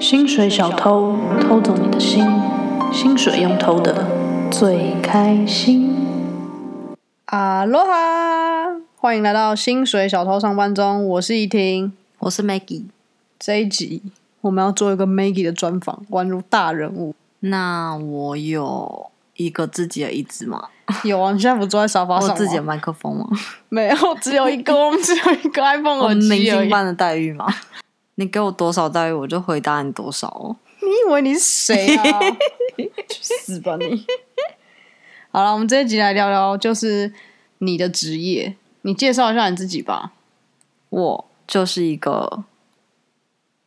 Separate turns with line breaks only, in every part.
薪水小偷偷走你的心，薪水用偷的最开心。
哈喽哈，欢迎来到薪水小偷上班中，我是依婷。
我是 Maggie。
这一集我们要做一个 Maggie 的专访，宛如大人 物。
那我有一个自己的椅子吗？
有啊，你现在不坐在沙发
我
上
有
吗？
自己的麦克风吗？
没有，只有一个，我们 只有一个 iPhone
我
耳
们明
机而
星
已。
般的待遇吗？ 你给我多少待遇，我就回答你多少哦。
你以为你是谁 啊？去死吧你！好了，我们这一集来聊聊，就是你的职业，你介绍一下你自己吧。
我就是一个，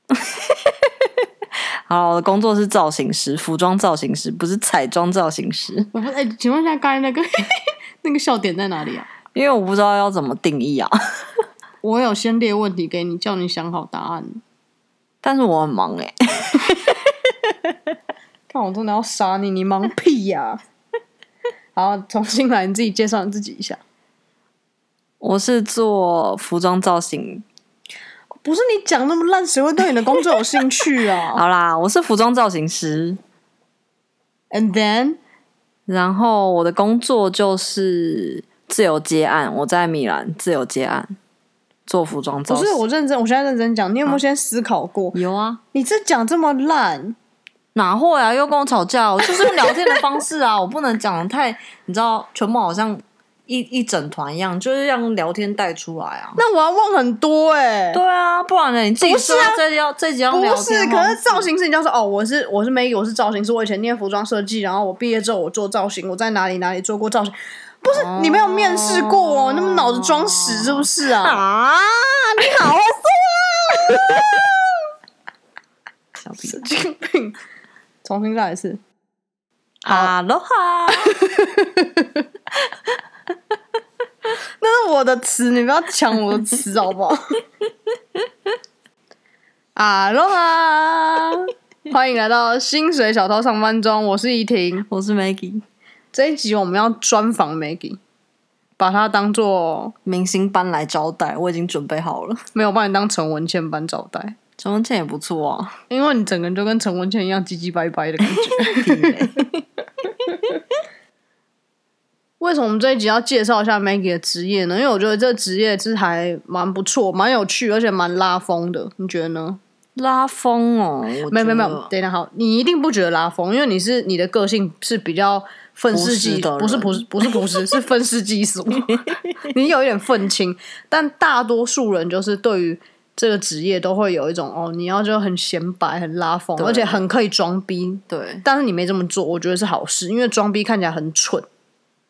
好，我的工作是造型师，服装造型师，不是彩妆造型师，
我不哎、请问一下，刚才那个 那个笑点在哪里啊？
因为我不知道要怎么定义啊。
我有先列问题给你，叫你想好答案。
但是我很忙哎、
看我真的要杀你，你忙屁呀、 好，重新来，你自己介绍你自己一下。
我是做服装造型
不是你讲那么烂，谁会对你的工作有兴趣 啊
好啦，我是服装造型师，
？And then，
然后我的工作就是自由接案，我在米兰自由接案做服装造
不
型。
是哦我认真，我现在认真讲，你有没有先思考过？
有啊，
你这讲这么烂，
哪会啊？又跟我吵架，我就是用聊天的方式啊，我 不能讲得太，你知道，全部好像一一整团一样，就是让聊天带出来啊。
那我要问很多哎、
对啊，不然呢？你自己
不是
说
啊
这要这集要
不
聊
是，
天
可是
吗？
造型师，你这样说哦，我是我是 Maggie，我是造型师，我以前念服装设计，然后我毕业之后我做造型，我在哪里哪里做过造型，不是、你没有面试过哦，那么脑子装屎是不是啊？
啊，你好会说啊！小
神
屁
经病！重新再来一次。
阿罗哈，
那是我的词，你不要抢我的词好不 好？啊喽啊！欢迎来到薪水小偷上班中，我是怡婷。
我是 Maggie，
这一集我们要专访 Maggie，把她当做
明星班来招待，我已经准备好了。
没有把你当陈文茜般招待，
陈文茜也不错啊，
因为你整个人就跟陈文茜一样唧唧掰掰的感觉。 为什么我们这一集要介绍一下 Maggie 的职业呢？因为我觉得这职业是还蛮不错、蛮有趣，而且蛮拉风的。你觉得呢？
拉风哦，我
没有没有没
觉得
有，等一下好，你一定不觉得拉风，因为你是你的个性是比较愤世
朴
嫉
实的人
不是不是不是朴实，是愤世 嫉俗，你有一点愤青，但大多数人就是对于。这个职业都会有一种哦，你要就很显摆、很拉风，
对
而且很可以装逼。
对
但是你没这么做，我觉得是好事，因为装逼看起来很蠢。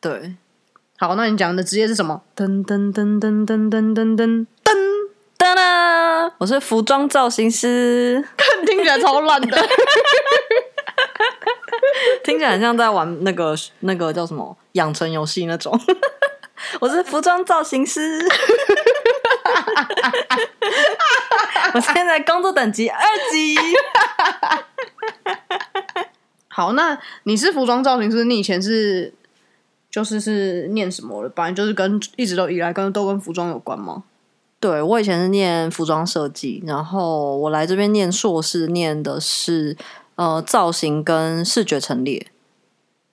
对，
好，那你讲的职业是什么？噔噔噔噔噔噔噔噔噔，
噔噔，我是服装造型师，
听起来超烂的。
听起来很像在玩那个那个叫什么养成游戏那种。 我是服装造型师， 我现在工作等级二级。
好，那你是服装造型师，你以前是就是是念什么的？反正就是跟一直都以来跟都跟服装有关吗？
对我以前是念服装设计，然后我来这边念硕士，念的是呃造型跟视觉陈列，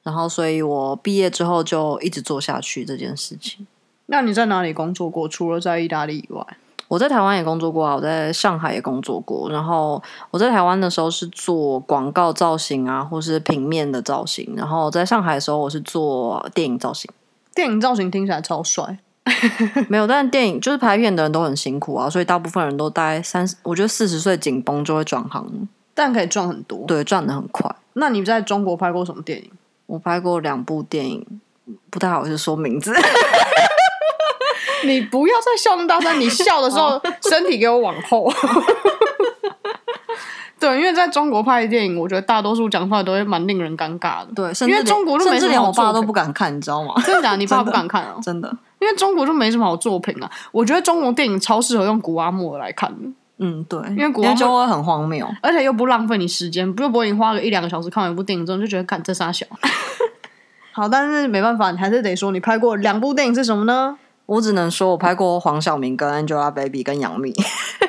然后所以我毕业之后就一直做下去这件事情。
那你在哪里工作过？除了在意大利以外，
我在台湾也工作过啊，我在上海也工作过。然后我在台湾的时候是做广告造型啊，或是平面的造型。然后在上海的时候，我是做电影造型。
电影造型听起来超帅。
没有，但电影就是拍片的人都很辛苦啊，所以大部分人都大概三十，我觉得四十岁紧绷就会转行，
但可以赚很多。
对，赚的很快。
那你在中国拍过什么电影？
我拍过两部电影，不太好意思说名字。
你不要再笑那么大声，你笑的时候身体给我往后。 对，因为在中国拍的电影，我觉得大多数讲出来都会蛮令人尴尬的。
对，甚至
因为
连
中国就没什
甚至
么
连
好
我
作
爸都
品
不敢看，你知道吗？
真的假的？你爸不
真的
敢看啊？
真的，
因为中国就没什么好作品啊。我觉得中国电影超适合用古阿莫来看的，
嗯，对，因
为古
为
玩
就
会
会很荒谬。
而且又不浪费你时间，不又不会你花个一两个小时看完一部电影之后你就觉得看这傻小。 好，但是没办法，你还是得说你拍过两部电影是什么呢？
我只能说，我拍过黄晓明、跟 Angelababy、跟杨幂，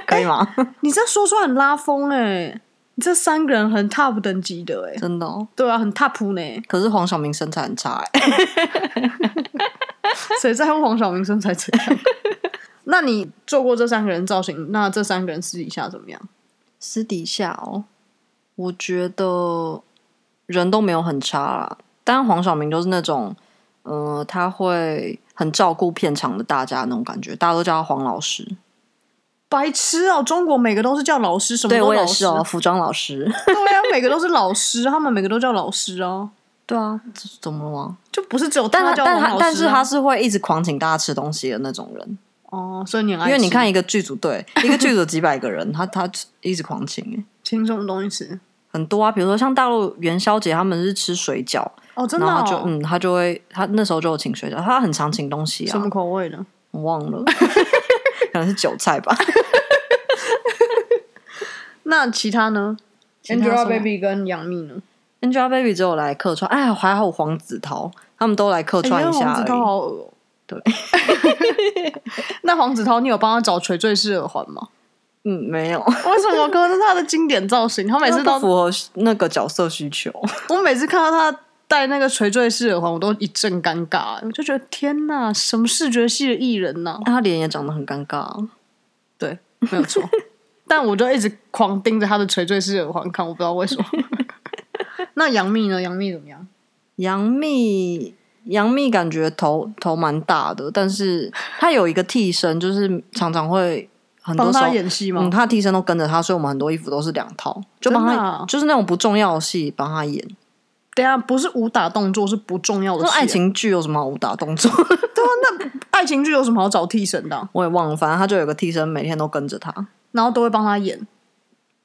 可以吗？
你这样说出来很拉风哎、这三个人很 top 等级的哎、
真的、哦。
对啊，很 top 呢。
可是黄晓明身材很差 哎、
谁在乎黄晓明身材怎样？ 那你做过这三个人造型，那这三个人私底下怎么样？
私底下哦，我觉得人都没有很差啦，但黄晓明就是那种，嗯、他会很照顾片场的大家那种感觉，大家都叫他黄老师。
白痴哦、中国每个都是叫老师，什么
对
都
我
老
也
师啊
是 哦，服装老师。
对啊，每个都是老师，他们每个都叫老师啊，
对啊，这怎么了吗？
就不是只有
但
他
他
叫
但
王老
他
师啊
但是他是会一直狂请大家吃东西的那种人，
哦，所以你很爱
因为你
吃
看一个剧组队，一个剧组几百个人，他他一直狂请欸，
轻松的东西吃
很多啊。比如说像大陆元宵节，他们是吃水饺，
哦，真的、
然后
哦、
他就嗯，他就会他那时候就有请水饺，他很常请东西
什
啊
么，口味呢？
我忘 了，可能是韭菜吧。
那其他呢
他什么
？Angelababy 跟杨幂呢？
Angelababy 只有来客串，哎，还好黄子韬他们都来客
哎
串一
那
下
黄
而
子韬
已。
好恶、哦。对， 那黄子韬，你有帮他找垂坠式耳环吗？
嗯，没有，
为什么？可是他的经典造型，他每次
都
都
符合那个角色需求。
我每次看到他戴那个垂坠式耳环，我都一阵尴尬，我就觉得天哪，什么视觉系的艺人呐、
但他脸也长得很尴尬，
对，没有 错。但我就一直狂盯着他的垂坠式耳环看，我不知道为什 么。那杨幂呢？杨幂怎么样？
杨幂，杨幂感觉头头蛮大的，但是她有一个替身，就是常常会很
帮
多时候
她，演戏吗？
嗯，她的替身都跟着她，所以我们很多衣服都是两套，就帮
真的
她
啊，
就是那种不重要的戏帮她演。
等一下不是武打动作，是不重要的
说
戏啊
爱。情剧有什么好武打动作，
爱情剧有什么好找替身的啊、
我也忘了，反正她就有个替身，每天都跟着她。
然后都会帮他演。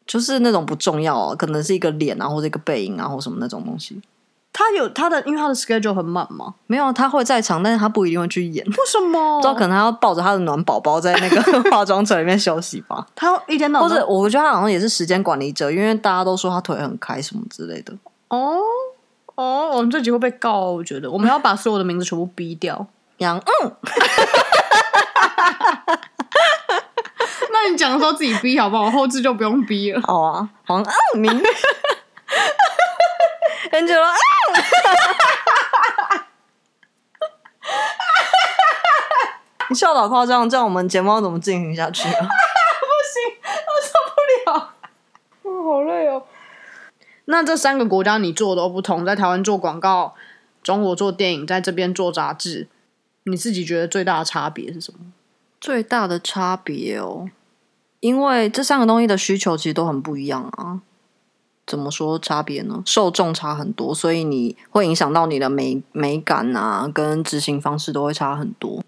就是那种不重要、啊，可能是一个脸啊，或者一个背影啊，或什么那种东西。
他有他的，因为他的 schedule 很满嘛。
没有，她会在场，但是她不一定会去演。
为什么
不知道可能她要抱着她的暖宝宝在那个 化妆池里面休息吧。
他要一天到
或
晚
者我觉得他好像也是时间管理者，因为大家都说他腿很开什么之类的。
哦哦，我们这集会被告哦，我觉得我们要把所有的名字全部逼掉。
杨嗯，
那你讲的时候自己逼好不好？后置就不用逼了。
好啊，黄嗯明，Angela 嗯。 你笑得好夸张，这样我们节目要怎么进行下去啊？
哦，好累哦。那这三个国家你做的都不同，在台湾做广告，中国做电影，在这边做杂志，你自己觉得最大的差别是什么？
最大的差别哦，因为这三个东西的需求其实都很不一样啊。怎么说差别呢？受众差很多，所以你会影响到你的美美感啊，跟执行方式都会差很多。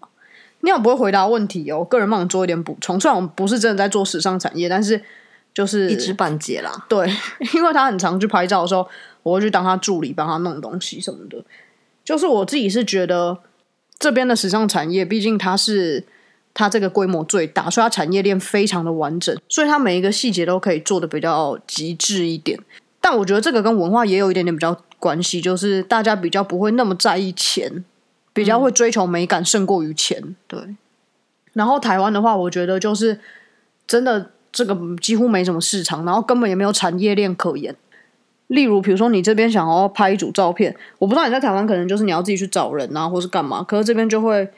你好，不会回答问题哦。我个人帮你做一点补充，虽然我们不是真的在做时尚产业，但是就是
一知半解啦，
对，因为他很常去拍照的时候，我会去当他助理，帮他弄东西什么的。就是我自己是觉得这边的时尚产业，毕竟它是它这个规模最大，所以它产业链非常的完整，所以它每一个细节都可以做的比较极致一点。但我觉得这个跟文化也有一点点比较关系，就是大家比较不会那么在意钱，比较会追求美感胜过于钱。
对，
然后台湾的话，我觉得就是真的这个几乎没什么市场，然后根本也没有产业链可言。例如，比如说你这边想要拍一组照片，我不知道你在台湾可能就是你要自己去找人啊，或是干嘛，可是这边就会。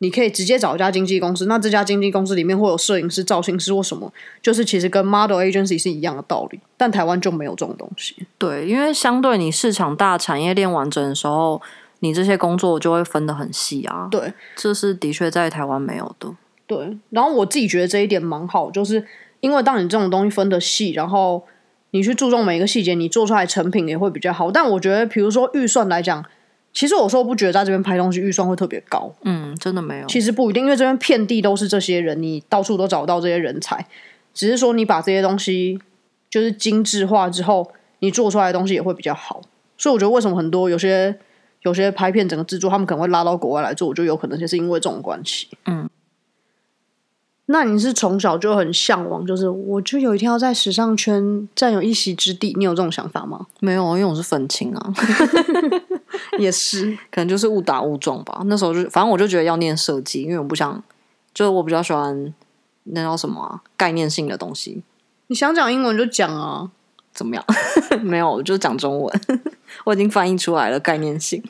你可以直接找一家经纪公司，那这家经纪公司里面会有摄影师、造型师或什么，就是其实跟 model agency 是一样的道理，但台湾就没有这种东西。
对，因为相对你市场大、产业链完整的时候，你这些工作就会分得很细啊。
对，
这是的确在台湾没有的。
对，然后我自己觉得这一点蛮好，就是因为当你这种东西分的细，然后你去注重每一个细节，你做出来成品也会比较好。但我觉得，比如说预算来讲，其实有时候不觉得在这边拍东西预算会特别高，
嗯，真的没有。
其实不一定，因为这边遍地都是这些人，你到处都找到这些人才，只是说你把这些东西就是精致化之后，你做出来的东西也会比较好。所以我觉得为什么很多有些有些拍片整个制作，他们可能会拉到国外来做，我觉得有可能就是因为这种关系。
嗯，
那你是从小就很向往，就是我就有一天要在时尚圈占有一席之地，你有这种想法吗？
没有，因为我是愤青 啊。
也是，
可能就是误打误撞吧。那时候就反正我就觉得要念设计，因为我不想，就是我比较喜欢那叫什么啊、概念性的东西。
你想讲英文就讲啊。
怎么样？ 没有，我就讲中文， 我已经翻译出来了概念性。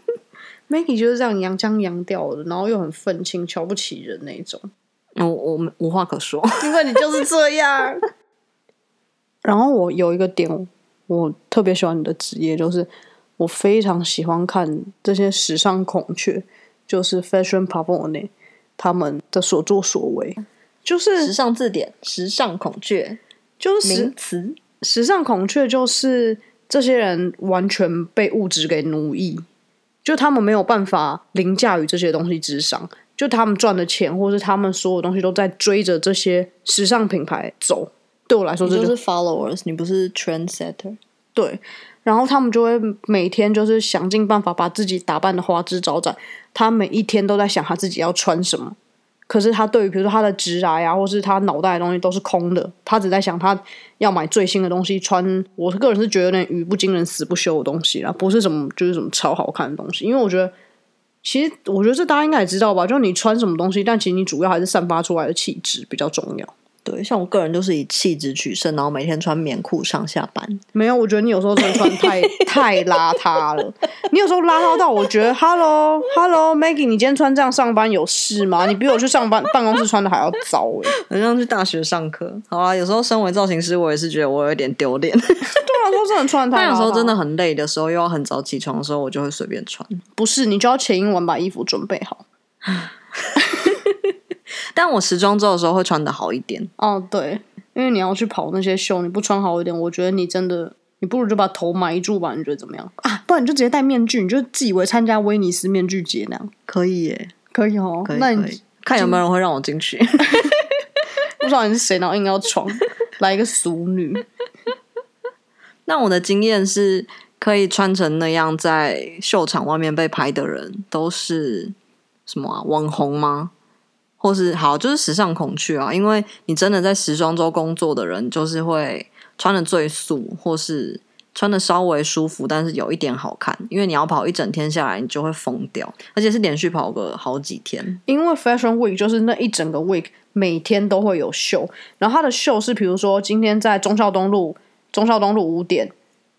Maggie 就是这样洋腔洋调的，然后又很愤青、瞧不起人那一种，
嗯我我无话可说。
因为你就是这样。 然后我有一个点，我特别喜欢你的职业，就是我非常喜欢看这些时尚孔雀，就是 fashion pavone 他们的所作所为，就是
时尚字典，时尚孔雀
就是时
名词，
时尚孔雀就是这些人完全被物质给奴役，就他们没有办法凌驾于这些东西之上，就他们赚的钱或是他们所有东西都在追着这些时尚品牌走。对我来说，
你
这
就
就是
followers，你不是 trendsetter。
对，然后他们就会每天就是想尽办法把自己打扮的花枝招展，他每一天都在想他自己要穿什么。可是他对于比如说他的直癌啊，或是他脑袋的东西都是空的，他只在想他要买最新的东西穿。我个人是觉得有点语不惊人死不休的东西啦，不是什么就是什么超好看的东西，因为我觉得。其实我觉得这大家应该也知道吧，就是你穿什么东西，但其实你主要还是散发出来的气质比较重要。
对，像我个人就是以气质取胜，然后每天穿棉裤上下班。
没有，我觉得你有时候真的穿 太太邋遢了。你有时候邋遢到我觉得，Hello Hello Maggie，你今天穿这样上班有事吗？你比我去上班办公室穿的还要糟哎、欸。
很像去大学上课。好啊，有时候身为造型师，我也是觉得我有点丢脸。
对啊，说真的穿的太邋
但
遢。
有时候真的很累的时候，又要很早起床的时候，我就会随便穿。
不是，你就要前一晚把衣服准备好。
但我时装周的时候会穿的好一点。
哦，对，因为你要去跑那些秀，你不穿好一点，我觉得你真的，你不如就把头埋住吧。你觉得怎么样啊？不然你就直接戴面具，你就自以为参加威尼斯面具节那样，
可以耶，
可以哦。
可以，
那
可
你
以看有没有人会让我进去。
不知道你是谁，然后硬要闯，来一个俗女。
那我的经验是，可以穿成那样在秀场外面被拍的人，都是什么啊？网红吗？或是好，就是时尚恐惧啊，因为你真的在时装周工作的人，就是会穿的最素，或是穿的稍微舒服，但是有一点好看，因为你要跑一整天下来，你就会疯掉，而且是连续跑个好几天。
因为 Fashion Week 就是那一整个 week，每天都会有秀。然后它的秀是，比如说今天在忠孝东路，忠孝东路五点，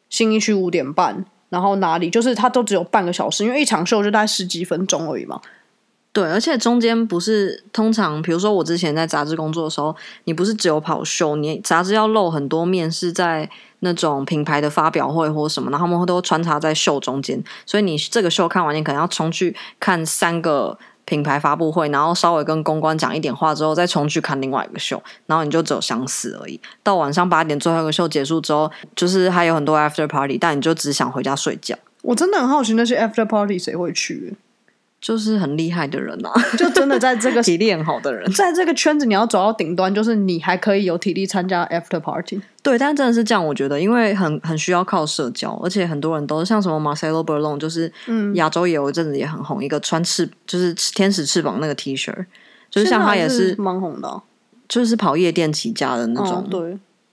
新一区五点半，然后哪里就是它都只有半个小时，因为一场秀就大概十几分钟而已嘛。
对，而且中间不是通常，比如说我之前在杂志工作的时候，你不是只有跑秀，你杂志要露很多面，是在那种品牌的发表会或什么，然后他们都穿插在秀中间，所以你这个秀看完，你可能要冲去看三个品牌发布会，然后稍微跟公关讲一点话之后，再冲去看另外一个秀，然后你就只有相似而已。到晚上八点最后一个秀结束之后，就是还有很多 after party，但你就只想回家睡觉，
我真的很好奇那些 after party 谁会去，欸
就是很厉害的人啊，
就真的在这个
体力很好的人。
在这个圈子，你要走到顶端，就是你还可以有体力参加 after party。
对，但真的是这样，我觉得，因为很很需要靠社交，而且很多人都像什么 Marcelo Berlon，就是
嗯
亚洲也有一阵子也很红，一个穿翅就是天使翅膀那个 T 恤，就是像他也
现在还
是
蛮红的、啊，
就是跑夜店起家的那种，
嗯，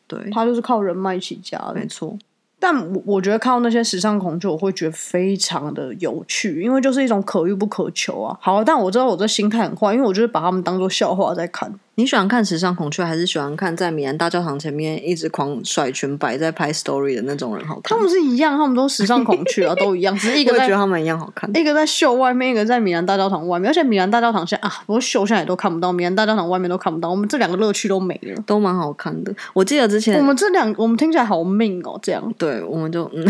对，
对，
他就是靠人脉起家的
没。错，
但我我觉得看到那些时尚恐惧，我会觉得非常的有趣，因为就是一种可遇不可求啊。好，但我知道我这心态很坏，因为我就是把他们当做笑话在看。
你喜欢看时尚孔雀，还是喜欢看在米兰大教堂前面一直狂甩裙摆在拍 story 的那种人好
他？
看
们是一样，他们都时尚恐惧啊， 都一样，只是一
我
个
也觉得
在
他们一样好看。
一个在秀外面，一个在米兰大教堂外面。而且米兰大教堂现在啊，我秀现在也都看不到，米兰大教堂外面都看不到，我们这两个乐趣都没了。
都蛮好看的，我记得之
我
前，
们这两，我们听起来好命哦，这样
对，我们就嗯，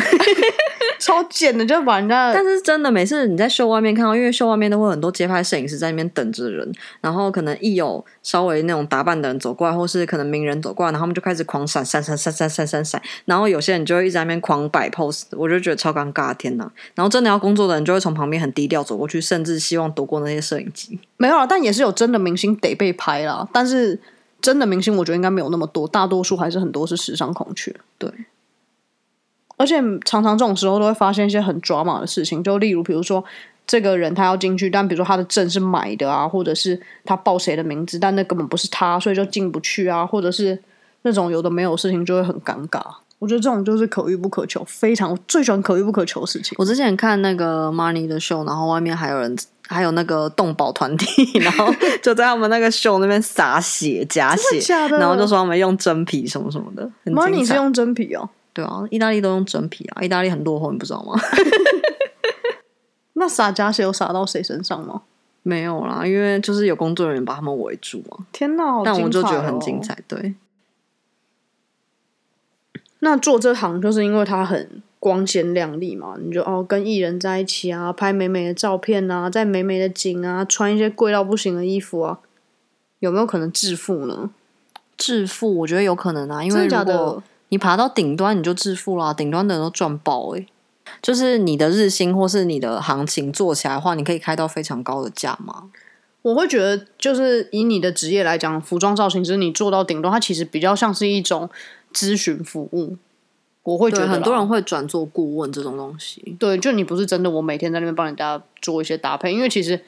超贱的，就把人家
但是真的，每次你在秀外面看到，因为秀外面都会有很多街拍摄影师在那边等着人，然后可能一有稍微那种打扮的人走过来，或是可能名人走过来，然后他们就开始狂闪闪闪闪闪闪闪闪，然后有些人就会一直在那边狂摆 pose，我就觉得超尴尬，天哪！然后真的要工作的人就会从旁边很低调走过去，甚至希望躲过那些摄影机。
没有啊，但也是有真的明星得被拍啦。但是真的明星，我觉得应该没有那么多，大多数还是很多是时尚孔雀。
对，
而且常常这种时候都会发现一些很抓马的事情，就例如比如说这个人他要进去，但比如说他的证是买的啊，或者是他报谁的名字，但那根本不是他，所以就进不去啊，或者是那种有的没有的事情就会很尴尬。我觉得这种就是可遇不可求，非常我最喜欢可遇不可求的事情。
我之前看那个 Money 的秀，然后外面还有人，还有那个动保团体， 然后就在他们那个秀那边撒血、假血，
真的假的
然后就说他们用真皮什么什么的。很精
Money 是
彩
用真皮哦，
对啊，意大利都用真皮啊，意大利很落后，你不知道吗？
那撒假血有撒到谁身上吗？
没有啦，因为就是有工作人员把他们围住啊，
天哪，好
但我就觉得
哦
很精。彩。对，
那做这行就是因为它很光鲜亮丽嘛，你就哦跟艺人在一起啊，拍美美的照片啊，在美美的景啊，穿一些贵到不行的衣服啊，有没有可能致富呢？
致富我觉得有可能啊，因
真
为
的假
如
的
果？你爬到顶端，你就致富啦，顶端的人都赚爆诶、就是你的日薪或是你的行情做起来的话，你可以开到非常高的价嘛。
我会觉得，就是以你的职业来讲，服装造型师你做到顶端，它其实比较像是一种咨询服务。我会觉得
对，
啦
很多人会转做顾问这种东西。
对，就你不是真的，我每天在那边帮人家做一些搭配，因为其实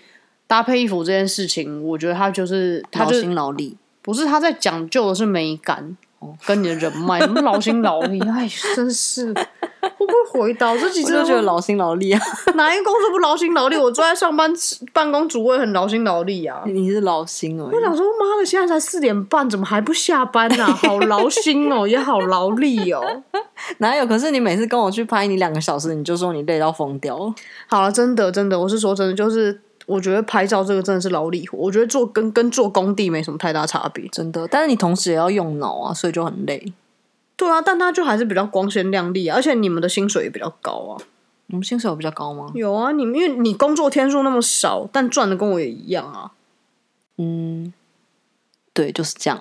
搭配衣服这件事情，我觉得它就是它
劳
就是
心劳力，
不是他在讲究的是美感，哦跟你的人脉，什么劳心劳 力，哎，真是会不会回答？我自己
我
真的
就觉得
会
劳心劳力啊，
哪一个工作不劳心劳力？我坐在上班办公主位很劳心劳力啊。
你是劳心而
我
已。
想说，妈的，现在才四点半，怎么还不下班 啊？好劳心哦，也好劳力哦。
哪有？可是你每次跟我去拍你两个小时，你就说你累到疯掉了。
好了，真的真的，我是说真的，就是我觉得拍照这个真的是劳力活，我觉得做跟跟做工地没什么太大差别。
真的，但是你同时也要用脑啊，所以就很累。
对啊，但它就还是比较光鲜亮丽啊，而且你们的薪水也比较高啊。
我们薪水有比较高吗？
有啊，你因为你工作天数那么少，但赚的跟我也一样啊。
嗯，对，就是这样。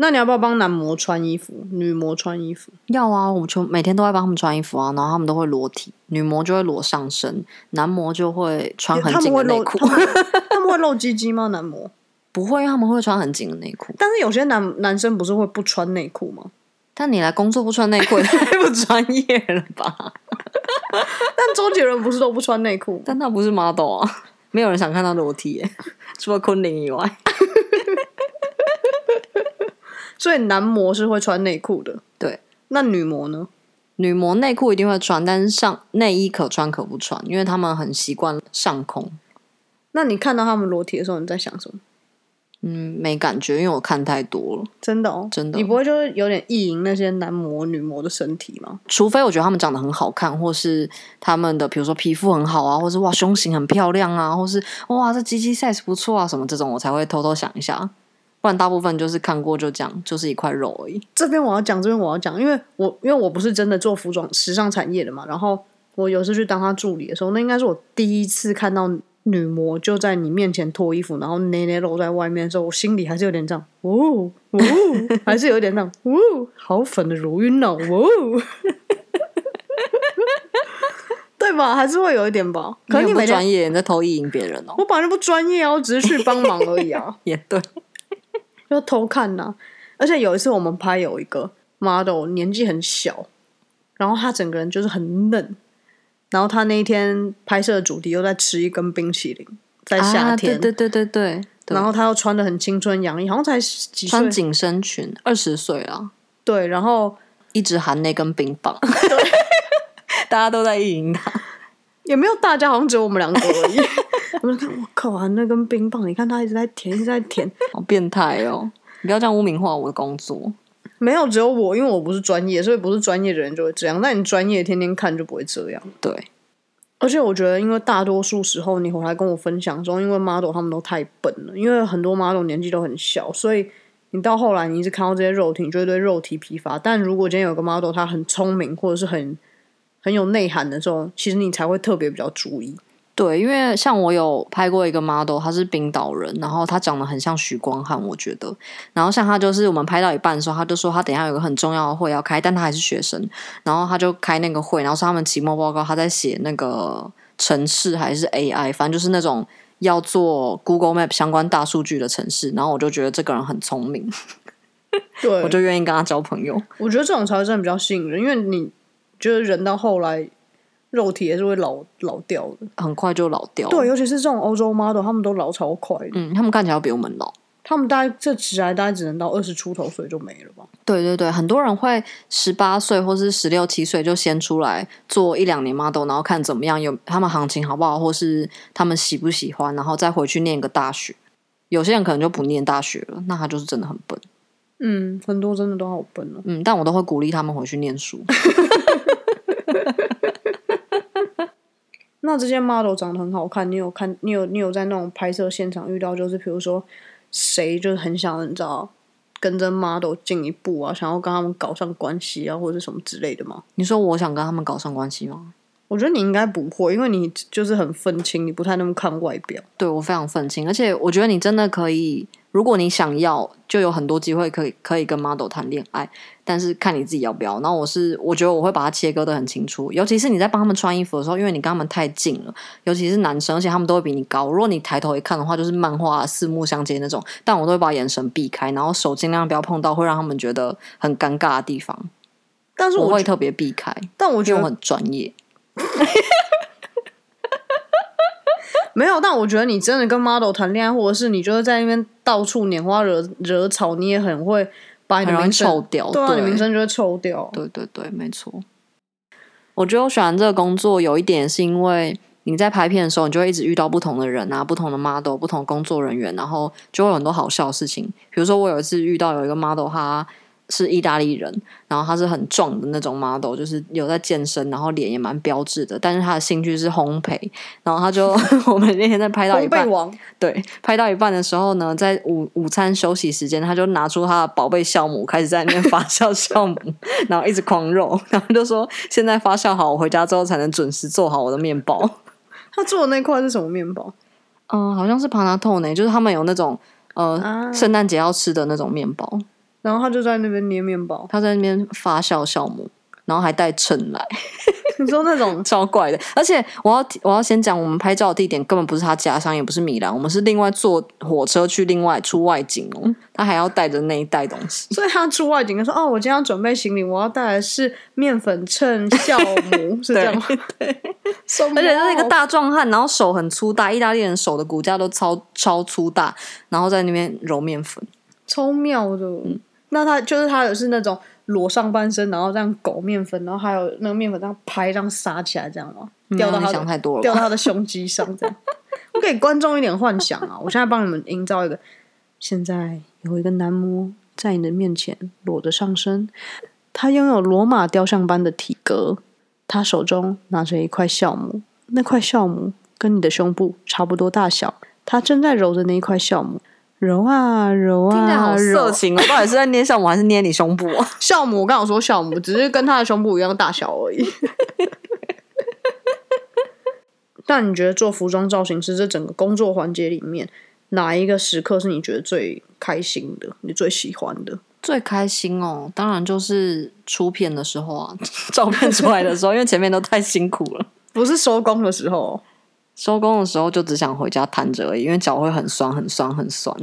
那你要不要帮男模穿衣服，女模穿衣服？
要啊，我们全每天都在帮他们穿衣服啊，然后他们都会裸体，女模就会裸上身，男模就会穿很
他们
紧
会
的
露
内裤
他。们他们会露鸡鸡吗？男模？
不会，因为他们会穿很紧的内裤。
但是有些男男生不是会不穿内裤吗？
但你来工作不穿内裤，也太不专业了吧？
但周杰伦不是都不穿内裤？
但他不是 model 啊，没有人想看他裸体耶，除了昆凌以外。
所以男模是会穿内裤的。
对，
那女模呢？
女模内裤一定会穿，但是上内衣可穿可不穿，因为他们很习惯上空。
那你看到他们裸体的时候，你在想什么？
嗯，没感觉，因为我看太多了。
真的哦，
真的
你不会就是有点意淫那些男模、女模的身体吗？
除非我觉得他们长得很好看，或是他们的比如说皮肤很好啊，或是哇胸型很漂亮啊，或是哇这鸡鸡 size 不错啊什么这种，我才会偷偷想一下。不然大部分就是看过就这样，就是一块肉而已。
这边我要讲，这边我要讲，因为我因为我不是真的做服装时尚产业的嘛，然后我有时去当他助理的时候，那应该是我第一次看到女模就在你面前脱衣服，然后内内露在外面的时候，我心里还是有点这样，哦哦，还是有点这样，哦，好粉的如晕哦， 哦，对吧？还是会有一点吧。可是
你
你
很不
每
专
天，
业，你在偷意淫别人哦。
我本来就不专业啊，我只是去帮忙而已啊。
也对，
要偷看呐、而且有一次我们拍有一个 model 年纪很小，然后他整个人就是很嫩，然后他那一天拍摄的主题又在吃一根冰淇淋，在夏天，
啊、对对对对对。对
然后他又穿的很青春洋溢，好像才十几
穿
岁，
紧身裙，二十岁啊，
对，然后
一直含那根冰棒， 大家都在意淫他。
也没有大家，好像只有我们两个 而已。我们就看，我靠啊，那根冰棒，你看他一直在舔，一直在舔，
好变态哦！你不要这样污名化我的工作。
没有只有我，因为我不是专业，所以不是专业的人就会这样。但你专业天天看就不会这样。
对，
而且我觉得，因为大多数时候你回来跟我分享说，因为 model 他们都太笨了，因为很多 model 年纪都很小，所以你到后来你一直看到这些肉体，你就会对肉体疲乏。但如果今天有个 model 他很聪明或者是很很有内涵的时候，其实你才会特别比较注意。
对，因为像我有拍过一个 model，他是冰岛人，然后他长得很像许光汉，我觉得。然后像他就是我们拍到一半的时候，他就说他等一下有个很重要的会要开，但他还是学生，然后他就开那个会，然后说他们期末报告他在写那个城市还是 AI，反正就是那种要做 Google Map 相关大数据的城市。然后我就觉得这个人很聪明，
对，
我就愿意跟他交朋友。
我觉得这种才会真的比较吸引人，因为你就是人到后来肉体也是会老老掉的。
很快就老掉。
对，，尤其是这种欧洲 model，他们都老超快的，
嗯，他们看起来要比我们老。
他们大概这职来大概只能到二十出头，所以就没了吧。
对对对，很多人会十八岁或是十六七岁就先出来做一两年 model，然后看怎么样，有他们行情好不好，或是他们喜不喜欢，然后再回去念个大学。有些人可能就不念大学了，那他就是真的很笨。
嗯，很多真的都好笨哦。
嗯，但我都会鼓励他们回去念书。
那这些 model 长得很好看，你有看？你有你有在那种拍摄现场遇到，就是比如说谁就是很想你知道跟着 model 进一步啊，想要跟他们搞上关系啊，或者什么之类的吗？
你说我想跟他们搞上关系吗？
我觉得你应该不会，因为你就是很愤青，你不太那么看外表。
对我非常愤青，而且我觉得你真的可以，如果你想要，就有很多机会可以可以跟 model 谈恋爱，但是看你自己要不要。那我是我觉得我会把它切割的很清楚，尤其是你在帮他们穿衣服的时候，因为你跟他们太近了，尤其是男生，而且他们都会比你高。如果你抬头一看的话，就是漫画四目相接那种，但我都会把眼神避开，然后手尽量不要碰到会让他们觉得很尴尬的地方，
但是
我
我
会
觉
特别避开，
但我
因
觉
为我
得
很专业。
没有，但我觉得你真的跟 model 谈恋爱，或者是你就是在那边到处拈花惹惹草，你也很会哎把你的
很容易
名声
臭掉
对啊，
对
你名声就会臭掉。啊
对对对，没错。我觉得我喜欢这个工作有一点是因为你在拍片的时候，你就会一直遇到不同的人啊、不同的 model、不同工作人员，然后就会有很多好笑的事情。比如说，我有一次遇到有一个 model，他是意大利人，然后他是很壮的那种 model，就是有在健身，然后脸也蛮标致的，但是他的兴趣是烘焙。然后他就 我们那天在拍到一
烘
半
焙，王，
对，拍到一半的时候呢，在午午餐休息时间，他就拿出他的宝贝酵母，开始在那边发 酵酵母，然后一直狂肉，然后就说现在发酵好，我回家之后才能准时做好我的面包。
他做的那块是什么面包？
嗯，好像是 panettone，欸就是他们有那种呃、
啊
圣诞节要吃的那种面包，
然后他就在那边捏面包，
他在那边发酵酵母，然后还带秤来。
你说那种
超怪的。而且我要我要先讲，我们拍照的地点根本不是他家乡，也不是米兰，我们是另外坐火车去另外出外景哦。他还要带着那一袋东西，
所以他出外景就说：“哦，我今天要准备行李，我要带的是面粉秤、酵母，是这 样吗？” 对，
而且他是一个
大
大壮汉，然后手很粗大，意大利人手的骨架都超超粗大，然后在那边揉面粉。
超妙的。
嗯
那他就是他也是那种裸上半身，然后这样狗面粉，然后还有那个面粉这样拍这样撒起来，这样吗？嗯掉到
嗯你
他
想
的
太多了吧
掉到他的胸肌上，这样。 我给观众一点幻想啊！我现在帮你们营造一个，现在有一个男模在你的面前裸着上身，他拥有罗马雕像般的体格，他手中拿着一块酵母，那块酵母跟你的胸部差不多大小，他正在揉着那一块酵母，揉啊揉
听起来
啊
好色
揉。
情哦，到底是在捏像我还是捏你胸部、啊？
酵母，我刚好说酵母，只是跟他的胸部一样大小而已。 那你觉得做服装造型师这整个工作环节里面，哪一个时刻是你觉得最开心的，你最喜欢的？
最开心哦，当然就是出片的时候啊， 照片出来的时候，因为前面都太辛苦了。
不是收工的时候，哦
收工的时候就只想回家瘫着而已，因为脚会很酸、很酸、很酸。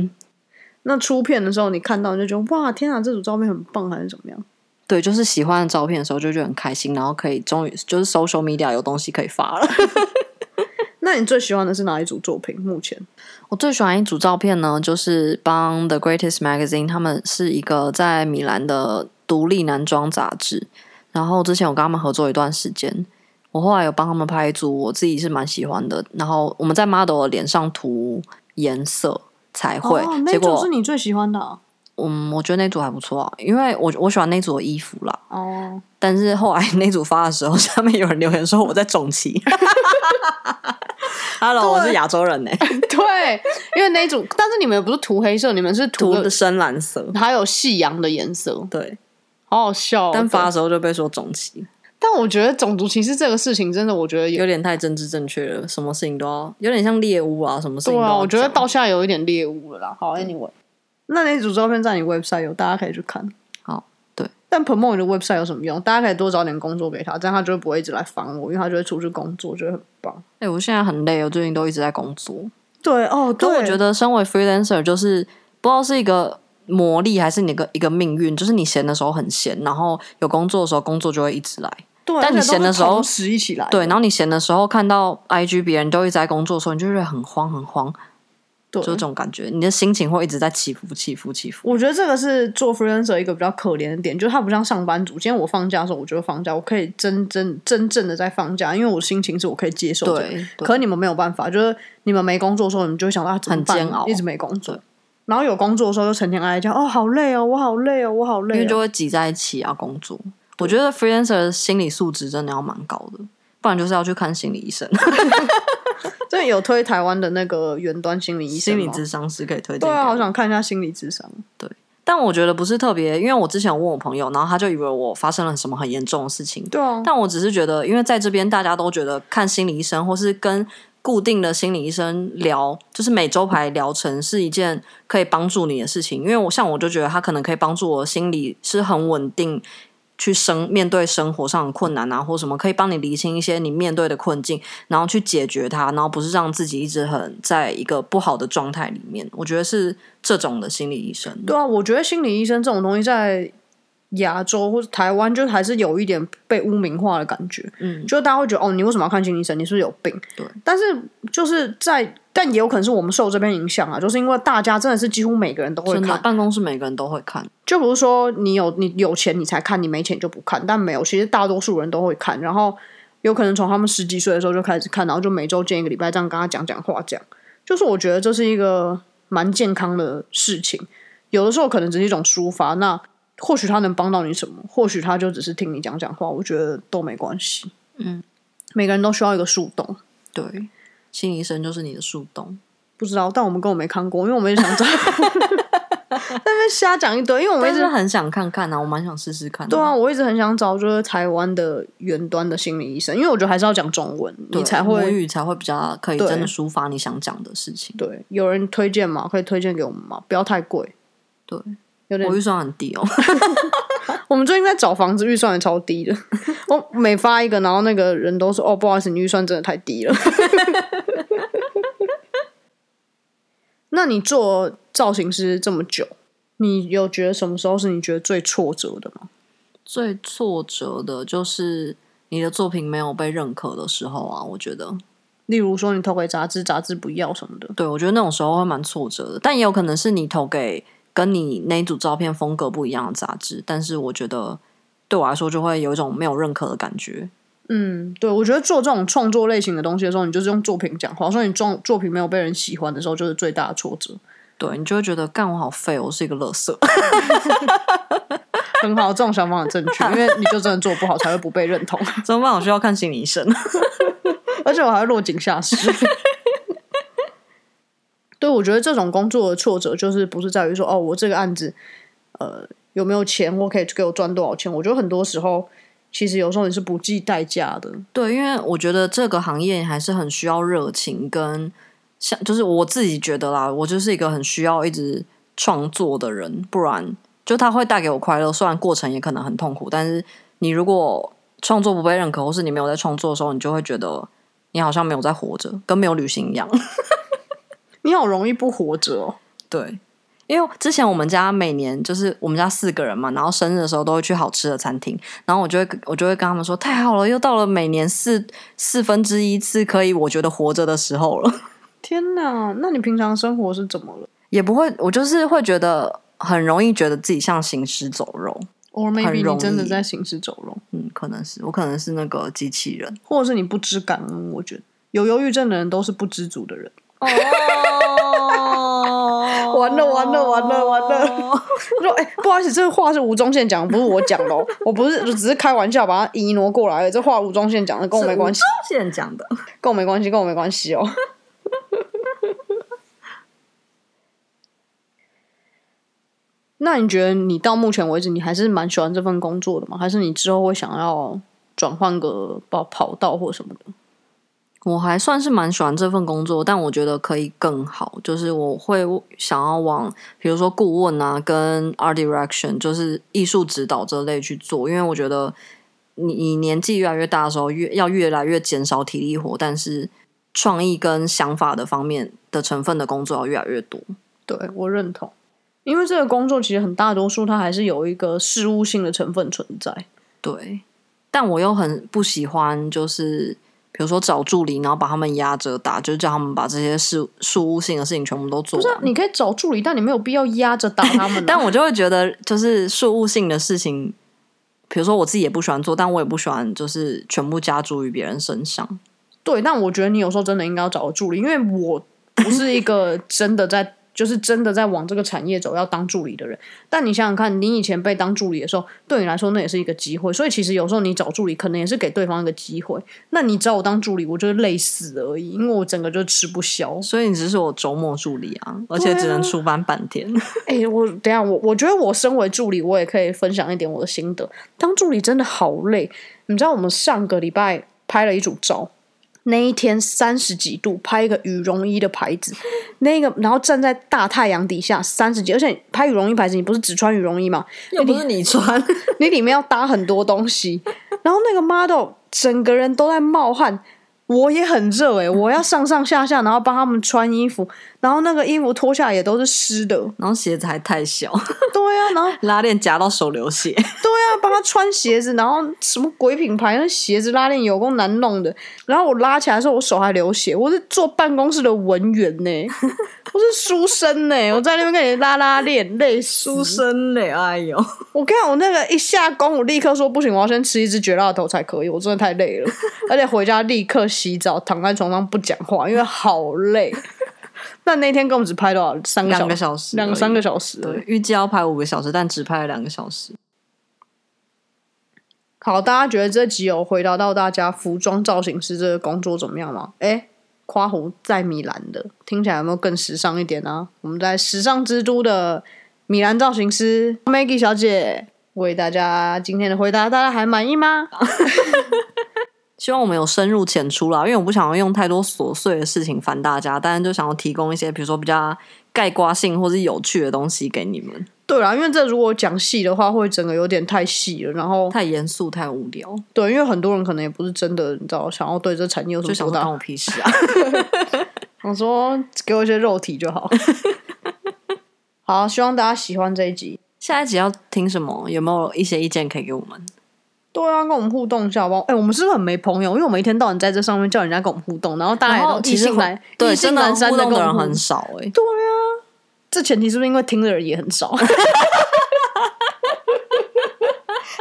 那出片的时候，你看到你就觉得哇，天啊，这组照片很棒，还是怎么样？
对，就是喜欢的照片的时候就觉得很开心，然后可以终于就是 social media 有东西可以发了。
那你最喜欢的是哪一组作品？目前
我最喜欢一组照片呢，就是帮 The Greatest Magazine，他们是一个在米兰的独立男装杂志，然后之前我跟他们合作一段时间。我后来有帮他们拍一组，我自己是蛮喜欢的。然后我们在 model 的脸上涂颜色彩绘，
哦
结果
你最喜欢的哦、
嗯，我觉得那组还不错啊，因为我我喜欢那组的衣服啦。但是后来 那组发的时候，下面有人留言说我在中期。Hello，我是亚洲人 呢、欸
对，因为那一组，但是你们也不是涂黑色，你们是
涂
涂
的
的
深蓝色。
还有夕阳的颜色。
对，
好好笑、哦。
但发的时候就被说中期，
但我觉得种族歧视这个事情，真的，我觉得有
有点太政治正确了，什么事情都要有点像猎物啊，什么事情
对
都要
啊，
讲。
我觉得到现在有一点猎物了啦。好，anyway，那那组照片在你 website 有，大家可以去看。
好，对，
但 promote 你的 website 有什么用？大家可以多找点工作给他，这样他就不会一直来烦我，因为他就会出去工作，觉得很棒。
哎、我现在很累，我最近都一直在工作。
对哦，
但我觉得身为 freelancer 就是不知道是一个魔力还是你的一个命运，就是你闲的时候很闲，然后有工作的时候工作就会一直来。
对，
但你
而且都
闲的
是
时候
同时一起来的，
对，然后你闲的时候看到 IG 别人都一直在工作的时候，你就会很慌很慌，
对
就这种感觉，你的心情会一直在起伏起伏起伏。
我觉得这个是做 freelancer 一个比较可怜的点，就是他不像上班族。今天我放假的时候，我就放假，我可以真真真正的在放假，因为我心情是我可以接受的。
对对
可你们没有办法，就是你们没工作的时候，你们就会想到、啊、怎么办
很煎熬
一直没工作。然后有工作的时候就成天哀叫，哦，好累哦，我好累哦，我好
因
累、
为就
哦。
会挤在一起啊工作。我觉得 freelancer 的心理素质真的要蛮高的，不然就是要去看心理医生、啊
真的有推台湾的那个远端心理医生
心
吗
理咨商师可以推荐给
对
我。
啊，好想看一下心理智商。
但我觉得不是特别，因为我之前有问我朋友，然后他就以为我发生了什么很严重的事情。
对啊，
但我只是觉得，因为在这边大家都觉得看心理医生或是跟固定的心理医生聊，就是每周排疗程是一件可以帮助你的事情。因为我像我就觉得他可能可以帮助我心理是很稳定。去生面对生活上的困难啊，或什么可以帮你厘清一些你面对的困境，然后去解决它，然后不是让自己一直很在一个不好的状态里面。我觉得是这种的心理医生。
对啊，我觉得心理医生这种东西在亚洲或者台湾，就还是有一点被污名化的感觉。
嗯，
就大家会觉得哦，你为什么要看心理医生？你是不是有病？
对。
但是就是在，但也有可能是我们受这边影响啊，就是因为大家真的是几乎每个人都会
真的
看，
办公室每个人都会看。
就比如说你有你有钱你才看，你没钱就不看。但没有，其实大多数人都会看，然后有可能从他们十几岁的时候就开始看，然后就每周见一个礼拜，这样跟他讲讲话，这样。就是我觉得这是一个蛮健康的事情。有的时候可能只是一种抒发，那或许他能帮到你什么，或许他就只是听你讲讲话，我觉得都没关系。
嗯，
每个人都需要一个树洞。
对，心理医生就是你的树洞。
不知道，但我们根本没看过，因为我们一直想找，在那边瞎讲一堆，因为我们
我一
一直
直很想看看啊，我蛮想试试看的。
对啊，我一直很想找就是台湾的远端的心理医生，因为我觉得还是要讲中文，
对，
你才
母
会
语才会比较可以
对
真的抒发你想讲的事情。
对。有人推荐吗？可以推荐给我们吗？不要太贵。
对，
有点
我预算很低哦，
我们最近在找房子，预算也超低的。 我每发一个，然后那个人都说：“哦，不好意思，你预算真的太低了。” 那你做造型师这么久，你有觉得什么时候是你觉得最挫折的吗？
最挫折的就是你的作品没有被认可的时候啊，我觉得，
例如说，你投给杂志，杂志不要什么的。
对我觉得那种时候会蛮挫折的，但也有可能是你投给跟你那一组照片风格不一样的杂志，但是我觉得对我来说就会有一种没有认可的感觉。
嗯，对，我觉得做这种创作类型的东西的时候，你就是用作品讲话。所以你作作品没有被人喜欢的时候，就是最大的挫折。
对你就会觉得干我好废哦，我是一个垃圾。
很好，这种想法很正确，因为你就真的做不好，才会不被认同，
怎么办？我需要看心理医生。
而且我还会落井下石。 对，我觉得这种工作的挫折，就是不是在于说哦，我这个案子，呃，有没有钱，我可以给我赚多少钱？我觉得很多时候，其实有时候你是不计代价的。
对，因为我觉得这个行业还是很需要热情跟像，就是我自己觉得啦，我就是一个很需要一直创作的人，不然就它会带给我快乐，虽然过程也可能很痛苦，但是你如果创作不被认可，或是你没有在创作的时候，你就会觉得你好像没有在活着，跟没有旅行一样。
你好容易不活着哦。
对。因为之前我们家每年就是我们家四个人嘛，然后生日的时候都会去好吃的餐厅，然后我就会我就会跟他们说，太好了，又到了每年四四分之一次可以我觉得活着的时候了，
天哪，那你平常生活是怎么了
也不会，我就是会觉得很容易觉得自己像行尸走肉，
？Or
很
maybe
容
你真的
易
在行尸走肉？
嗯，可能是我可能是那个机器人
或者是你不知感恩。我觉得有忧郁症的人都是不知足的人。
哦
完了完了完了完 了，他说：“哎、不好意思，这个话是吴宗宪讲的，不是我讲的哦，我不是，我只是开玩笑把它移挪过来而已。这话吴宗宪讲的，跟我没关系，
现在讲的，
跟我没关系，跟我没关系哦。”那你觉得你到目前为止，你还是蛮喜欢这份工作的吗？还是你之后会想要转换个跑跑道或什么的？
我还算是蛮喜欢这份工作，但我觉得可以更好。就是我会想要往，比如说顾问啊，跟 art direction，就是艺术指导这类去做，因为我觉得你你年纪越来越大的时候，越要越来越减少体力活，但是创意跟想法的方面的成分的工作要越来越多。
对我认同，因为这个工作其实很大多数它还是有一个事务性的成分存在。
对，但我又很不喜欢，就是比如说找助理，然后把他们压着打，就是叫他们把这些事事务性的事情全部都做
不是、
完
啊，。你可以找助理，但你没有必要压着打他们啊、
但我就会觉得，就是事务性的事情，比如说我自己也不喜欢做，但我也不喜欢就是全部加诸于别人身上。
对，但我觉得你有时候真的应该要找个助理，因为我不是一个真的在就是真的在往这个产业走，要当助理的人。但你想想看，你以前被当助理的时候，对你来说那也是一个机会。所以其实有时候你找助理，可能也是给对方一个机会。那你找我当助理，我就是累死而已，因为我整个就吃不消。
所以你只是我周末助理啊，而且只能出班半天。
哎、我等一下我我觉得我身为助理，我也可以分享一点我的心得。当助理真的好累，你知道我们上个礼拜拍了一组照，那一天三十几度，拍一个羽绒衣的牌子，那个然后站在大太阳底下三十几，而且拍羽绒衣牌子，你不是只穿羽绒衣吗？
又不是哎你穿，
你里面要搭很多东西，然后那个 model 整个人都在冒汗，我也很热诶、哎我要上上下下，然后帮他们穿衣服，然后那个衣服脱下来也都是湿的，
然后鞋子还太小，
对啊，然后
拉链夹到手流 血。
对啊，帮他穿鞋子，然后什么鬼品牌那鞋子拉链有够难弄的。然后我拉起来的时候，我手还流血。我是坐办公室的文员呢、 我是书生呢、我在那边跟你拉拉链，累死。
出生嘞，哎呦！
我看我那个一下工，我立刻说不行，我要先吃一只绝辣头才可以。我真的太累 了，而且回家立刻洗澡，躺在床上不讲话，因为好 累。那那天跟我们只拍多少？三个小
两个小时而已
两三个小时而已。
对，预计要拍五个小时，但只拍了两个小时。
好，大家觉得这集有回答到大家服装造型师这个工作怎么样吗？哎，夸胡在米兰的，听起来有没有更时尚一点啊？我们在时尚之都的米兰造型师 Maggie 小姐为大家今天的回答，大家还满意吗？
希望我们有深入浅出啦，因为我不想要用太多琐碎的事情烦大家，但是就想要提供一些，比如说比较概括性或是有趣的东西给你们。
对啦，因为这如果讲细的话，会整个有点太细了。然后，
太严肃、太无聊，
对，因为很多人可能也不是真的，你知道，想要对这产业有什
就
么
想
多
说关
大？
我屁事啊！
我说给我一些肉体就 好。好，希望大家喜欢这一集。
下一集要听什么？有没有一些意见可以给我们？
对啊，跟我们互动一下好不好？哎、我们是不是很没朋友？因为我们一天到晚在这上面叫人家跟我们互动，然后大家也
然后
都
其
异
实
性来，
对
异性
真的
阑珊
互
的
动
跟
的
我
人
们互
很。少哎、
对啊，这前提是不是因为听的人也很少？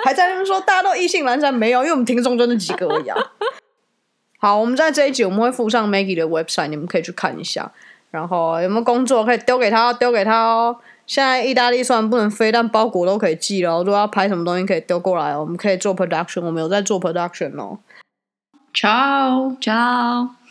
还在那边说大家都异性阑珊没有，因为我们听众就那几个而已啊。好，我们在这一集我们会附上 Maggie 的 website，你们可以去看一下。然后有没有工作可以丢给他，丢给他哦。现在意大利虽然不能飞，但包裹都可以寄了哦。如果要拍什么东西，可以丢过来哦。我们可以做 production，我们有在做 production 哦。
Ciao，Ciao。